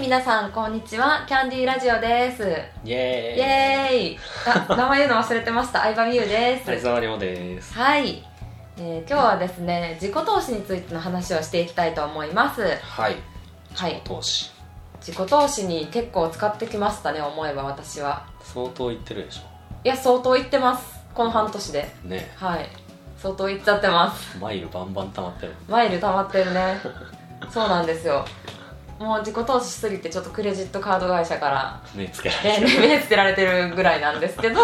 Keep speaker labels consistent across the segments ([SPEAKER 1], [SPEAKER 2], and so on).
[SPEAKER 1] 皆さんこんにちはキャンディーラジオです
[SPEAKER 2] イエーイ
[SPEAKER 1] イエーイあ名前言うの忘れてました相葉美優で
[SPEAKER 2] 滝
[SPEAKER 1] す
[SPEAKER 2] 沢亮です
[SPEAKER 1] はい、えー今日はですね自己投資についての話をしていきたいと思います
[SPEAKER 2] はい
[SPEAKER 1] はい
[SPEAKER 2] 投資
[SPEAKER 1] 自己投資に結構使ってきましたね思えば私は
[SPEAKER 2] 相当言ってるでし
[SPEAKER 1] いや相当言ってますこの半年で
[SPEAKER 2] ょね
[SPEAKER 1] はい相当言っちゃってます
[SPEAKER 2] えマイルバンバン溜まってる
[SPEAKER 1] マイル溜まってる ねそうなんですよもう自己投資しすぎてちょっとクレジットカード会社から
[SPEAKER 2] 目つ けられ
[SPEAKER 1] え
[SPEAKER 2] て
[SPEAKER 1] ー
[SPEAKER 2] る
[SPEAKER 1] 目つけられてるぐらいなんですけど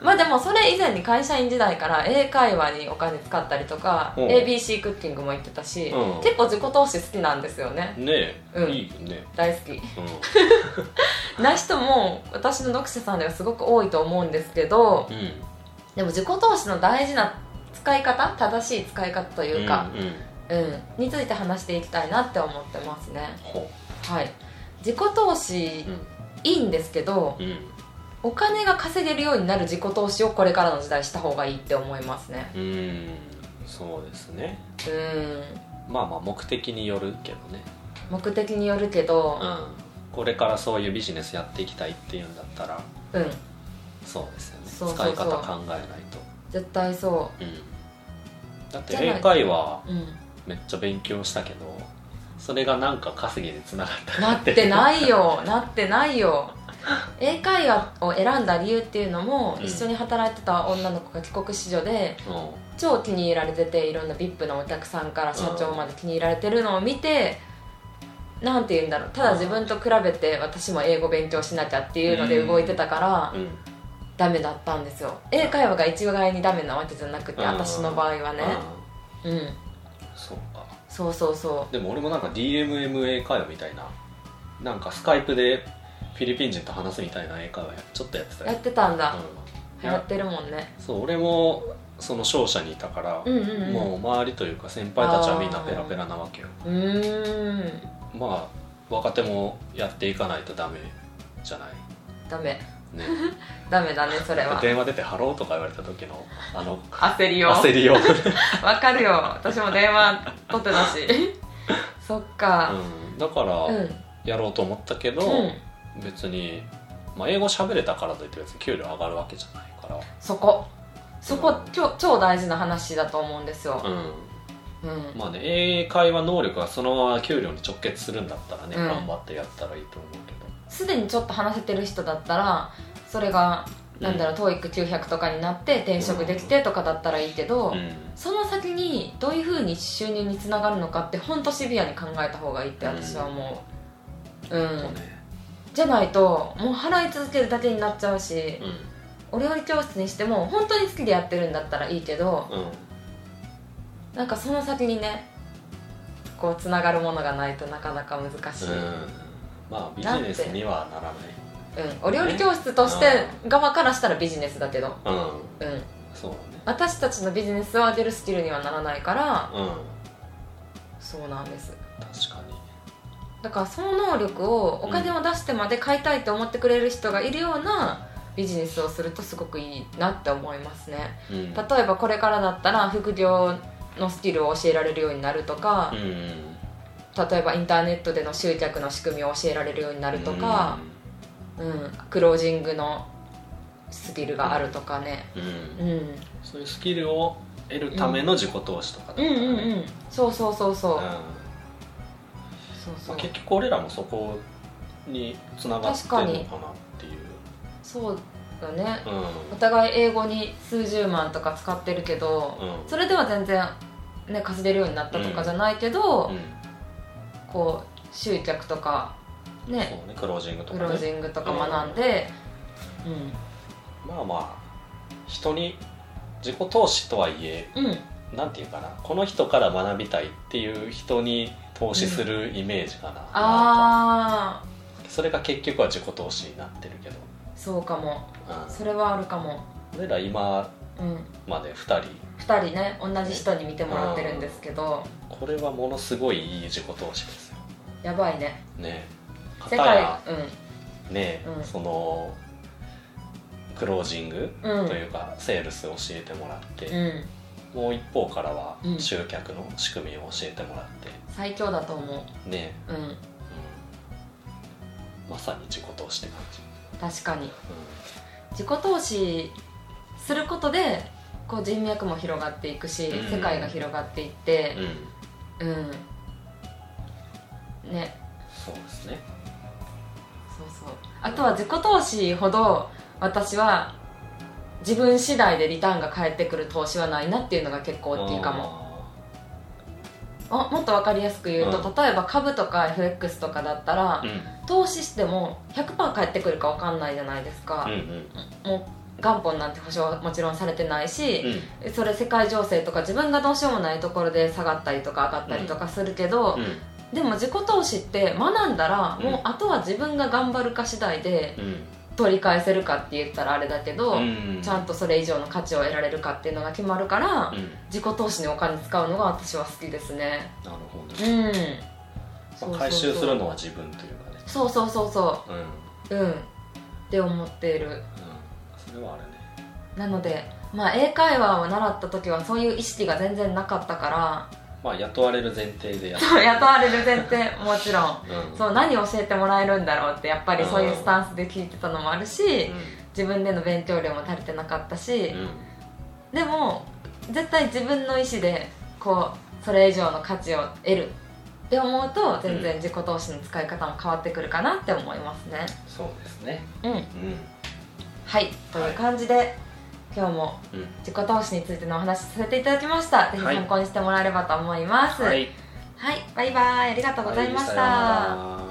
[SPEAKER 1] まあでもそれ以前に会社員時代から英会話にお金使ったりとか
[SPEAKER 2] うん
[SPEAKER 1] ABC クッキングも行ってたし、
[SPEAKER 2] うん
[SPEAKER 1] 結構自己投資好きなんですよね
[SPEAKER 2] ねえ、
[SPEAKER 1] うん
[SPEAKER 2] いいよね
[SPEAKER 1] 大好き
[SPEAKER 2] う
[SPEAKER 1] な人も私の読者さんではすごく多いと思うんですけど
[SPEAKER 2] ん、うん、
[SPEAKER 1] でも自己投資の大事な使い方正しい使い方というか、
[SPEAKER 2] うん、うん、
[SPEAKER 1] うんについて話していきたいなって思ってますね
[SPEAKER 2] ほ
[SPEAKER 1] はい自己投資
[SPEAKER 2] う、
[SPEAKER 1] いいんですけど、
[SPEAKER 2] うん、うん
[SPEAKER 1] お金が稼げるようになる自己投資をこれからの時代した方がいいって思いますね
[SPEAKER 2] うーんそうですね
[SPEAKER 1] うーん
[SPEAKER 2] まあまあ目的によるけどね
[SPEAKER 1] 目的によるけど
[SPEAKER 2] うんこれからそういうビジネスやっていきたいっていうんだったら
[SPEAKER 1] うん、
[SPEAKER 2] そうですよね
[SPEAKER 1] そうそうそう
[SPEAKER 2] 使い方考えないと
[SPEAKER 1] 絶対そ
[SPEAKER 2] うんだっ
[SPEAKER 1] じ
[SPEAKER 2] て
[SPEAKER 1] ゃない
[SPEAKER 2] 英会話
[SPEAKER 1] ううん
[SPEAKER 2] めっちゃ勉強したけどそれがなんか稼ぎにつながった
[SPEAKER 1] なってないよなってないよ英会話を選んだ理由っていうのも、
[SPEAKER 2] うん
[SPEAKER 1] 一緒に働いてた女の子が帰国子女で
[SPEAKER 2] うん
[SPEAKER 1] 超気に入られてていろんな VIP のお客さんから社長まで気に入られてるのを見て、なんて言うんだろうただ自分と比べて私も英語勉強しなきゃっていうので動いてたから、
[SPEAKER 2] うん
[SPEAKER 1] ダメだったんですよ英会話が一概にダメなわけじゃなくて
[SPEAKER 2] うん
[SPEAKER 1] 私の場合はねうん
[SPEAKER 2] そうか
[SPEAKER 1] そうそうそ
[SPEAKER 2] でも俺もなんか DMMA 会話みたいななんかスカイプでフィリピン人と話すみたいな英会話やちょっとやってた
[SPEAKER 1] う
[SPEAKER 2] よ
[SPEAKER 1] やってたんだ
[SPEAKER 2] うん
[SPEAKER 1] 流行ってるもんね
[SPEAKER 2] そう俺もその商社にいたから、
[SPEAKER 1] うんうんうん
[SPEAKER 2] もう周りというか先輩たちはみんなペラペラなわけよ
[SPEAKER 1] うーん
[SPEAKER 2] まあ若手もやっていかないとダメじゃない
[SPEAKER 1] ダメ
[SPEAKER 2] ね
[SPEAKER 1] ダメだね それは
[SPEAKER 2] 電話出て「ハロー」とか言われた時のあの
[SPEAKER 1] 焦りよ
[SPEAKER 2] 焦りを、うん、
[SPEAKER 1] わかるよ私も電話取ってた しそっか
[SPEAKER 2] だか
[SPEAKER 1] うんう
[SPEAKER 2] ら
[SPEAKER 1] ん
[SPEAKER 2] やろうと思ったけど、別に、まあ、英語喋れたからといって別に給料上がるわけじゃないから
[SPEAKER 1] そこそこ超超大事な話だと思うんですよ
[SPEAKER 2] うん
[SPEAKER 1] うん
[SPEAKER 2] まあね英会話能力がそのまま給料に直結するんだったらね、
[SPEAKER 1] うん
[SPEAKER 2] 頑張ってやったらいいと思うけど
[SPEAKER 1] すでにちょっと話せてる人だったらそれがなんだろう、TOEIC900 とかになって転職できてとかだったらいいけど、
[SPEAKER 2] うん、
[SPEAKER 1] その先にどういうふうに収入につながるのかって本当シビアに考えた方がいいって私は思ううん、
[SPEAKER 2] そうね
[SPEAKER 1] じゃないともう払い続けるだけになっちゃうし
[SPEAKER 2] う
[SPEAKER 1] お料理教室にしても本当に好きでやってるんだったらいいけど
[SPEAKER 2] んうん
[SPEAKER 1] なんかその先にねこうつながるものがないとなかなか難しい、うん
[SPEAKER 2] まあビジネスにはならな
[SPEAKER 1] お料理教室として側からしたらビジネスだけど、
[SPEAKER 2] いうん
[SPEAKER 1] うん、
[SPEAKER 2] そうね
[SPEAKER 1] 私たちのビジネスを上げるスキルにはならないから
[SPEAKER 2] うん
[SPEAKER 1] そうなんです
[SPEAKER 2] 確かに
[SPEAKER 1] だからその能力をお金を出してまで買いたいと思ってくれる人がいるようなビジネスをするとすごくいいなって思いますね
[SPEAKER 2] うん
[SPEAKER 1] 例えばこれからだったら副業のスキルを教えられるようになるとか
[SPEAKER 2] うん
[SPEAKER 1] 例えばインターネットでの集客の仕組みを教えられるようにな
[SPEAKER 2] あ
[SPEAKER 1] るとか、うん、クロージングのスキルがあるとかね、
[SPEAKER 2] うん、
[SPEAKER 1] うん、
[SPEAKER 2] そういうスキルを得るための自己投資とかだった
[SPEAKER 1] う
[SPEAKER 2] ら
[SPEAKER 1] ん
[SPEAKER 2] ね、
[SPEAKER 1] うんうんそうそうそうそう
[SPEAKER 2] うんま
[SPEAKER 1] そ
[SPEAKER 2] あ
[SPEAKER 1] うそう
[SPEAKER 2] 結局俺らもそこにつながってるのかなっていう
[SPEAKER 1] そうだね
[SPEAKER 2] うん
[SPEAKER 1] お互い英語に数十万とか使ってるけど、
[SPEAKER 2] うん
[SPEAKER 1] それでは全然、ね、稼げるようになったとかじゃないけど、
[SPEAKER 2] うん
[SPEAKER 1] こう集客とかね
[SPEAKER 2] そうねクロージングと
[SPEAKER 1] ク
[SPEAKER 2] か
[SPEAKER 1] ロー
[SPEAKER 2] ね
[SPEAKER 1] ジングとか学んで、うん
[SPEAKER 2] まあまあ人に自己投資とはいえ
[SPEAKER 1] うん
[SPEAKER 2] なんていうかなこの人から学びたいっていう人に投資するイメージかな,、なんか
[SPEAKER 1] ああ
[SPEAKER 2] それが結局は自己投資になってるけど、
[SPEAKER 1] そうかも
[SPEAKER 2] う
[SPEAKER 1] それはあるかも、
[SPEAKER 2] ん、俺ら今
[SPEAKER 1] うん、
[SPEAKER 2] まで2人
[SPEAKER 1] 2人ね同じ人に見てもらってるんですけど、
[SPEAKER 2] これはものすごいいい自己投資ですよ
[SPEAKER 1] やばいね
[SPEAKER 2] ね
[SPEAKER 1] 世
[SPEAKER 2] 片
[SPEAKER 1] 界
[SPEAKER 2] やね、
[SPEAKER 1] うん
[SPEAKER 2] そのクロージング
[SPEAKER 1] うんうん
[SPEAKER 2] というか、セールスを教えてもらって、
[SPEAKER 1] うん
[SPEAKER 2] もう一方からは
[SPEAKER 1] うん
[SPEAKER 2] 集客の仕組みを教えてもらっ
[SPEAKER 1] 最強だと思
[SPEAKER 2] てね、
[SPEAKER 1] ううん
[SPEAKER 2] うんまさに自己投資って感じ、
[SPEAKER 1] 確かに
[SPEAKER 2] う
[SPEAKER 1] 自己投資することでこう人脈も広がっていくし、
[SPEAKER 2] うん
[SPEAKER 1] 世界が広がっていって
[SPEAKER 2] んうん、
[SPEAKER 1] うん、ね
[SPEAKER 2] そうですね
[SPEAKER 1] そうそうあとは自己投資ほど私は自分次第でリターンが返ってくる投資はないなっていうのが結構大きいかも
[SPEAKER 2] も
[SPEAKER 1] おもっと分かりやすく言うと、
[SPEAKER 2] う
[SPEAKER 1] 例えば株とか FX とかだったら、
[SPEAKER 2] うん
[SPEAKER 1] 投資しても100%返ってくるか分かんないじゃないですか
[SPEAKER 2] う、んうん
[SPEAKER 1] もう元本なんて保証はもちろんされてないし、
[SPEAKER 2] うん
[SPEAKER 1] それ世界情勢とか自分がどうしようもないところで下がったりとか上がったりとかするけど、
[SPEAKER 2] う
[SPEAKER 1] でも自己投資って学んだら、
[SPEAKER 2] うん
[SPEAKER 1] もうあとは自分が頑張るか次第で
[SPEAKER 2] ん
[SPEAKER 1] 取り返せるかって言ったらあれだけど、
[SPEAKER 2] うん
[SPEAKER 1] ちゃんとそれ以上の価値を得られるかっていうのが決まるから、
[SPEAKER 2] うん
[SPEAKER 1] 自己投資にお金使うのが私は好きですね
[SPEAKER 2] なるほど
[SPEAKER 1] う
[SPEAKER 2] ね、
[SPEAKER 1] ん
[SPEAKER 2] まあ、回収するのは自分というかね
[SPEAKER 1] そうそうそうそ
[SPEAKER 2] うん、うん、
[SPEAKER 1] ううんって思っている
[SPEAKER 2] それはあれね
[SPEAKER 1] なのでまあ英会話を習った時はそういう意識が全然なかったから
[SPEAKER 2] まあ雇われる前提でやっ
[SPEAKER 1] そう 雇われる前提もちろん
[SPEAKER 2] うん
[SPEAKER 1] そう何教えてもらえるんだろうってやっぱりそういうスタンスで聞いてたのもあるし自分での勉強量も足りてなかったし
[SPEAKER 2] うん、うん
[SPEAKER 1] でも絶対自分の意思でこうそれ以上の価値を得るって思うと全然自己投資の使い方も変わってくるかなって思いますね
[SPEAKER 2] そうですね
[SPEAKER 1] うん
[SPEAKER 2] う
[SPEAKER 1] はいという感じで、今日も
[SPEAKER 2] んうん
[SPEAKER 1] 自己投資についてのお話しさせていただきましたぜひ
[SPEAKER 2] はい
[SPEAKER 1] 参考にしてもらえればと思います、
[SPEAKER 2] はい
[SPEAKER 1] はい、バイバイありがとうございました、
[SPEAKER 2] はいさようなら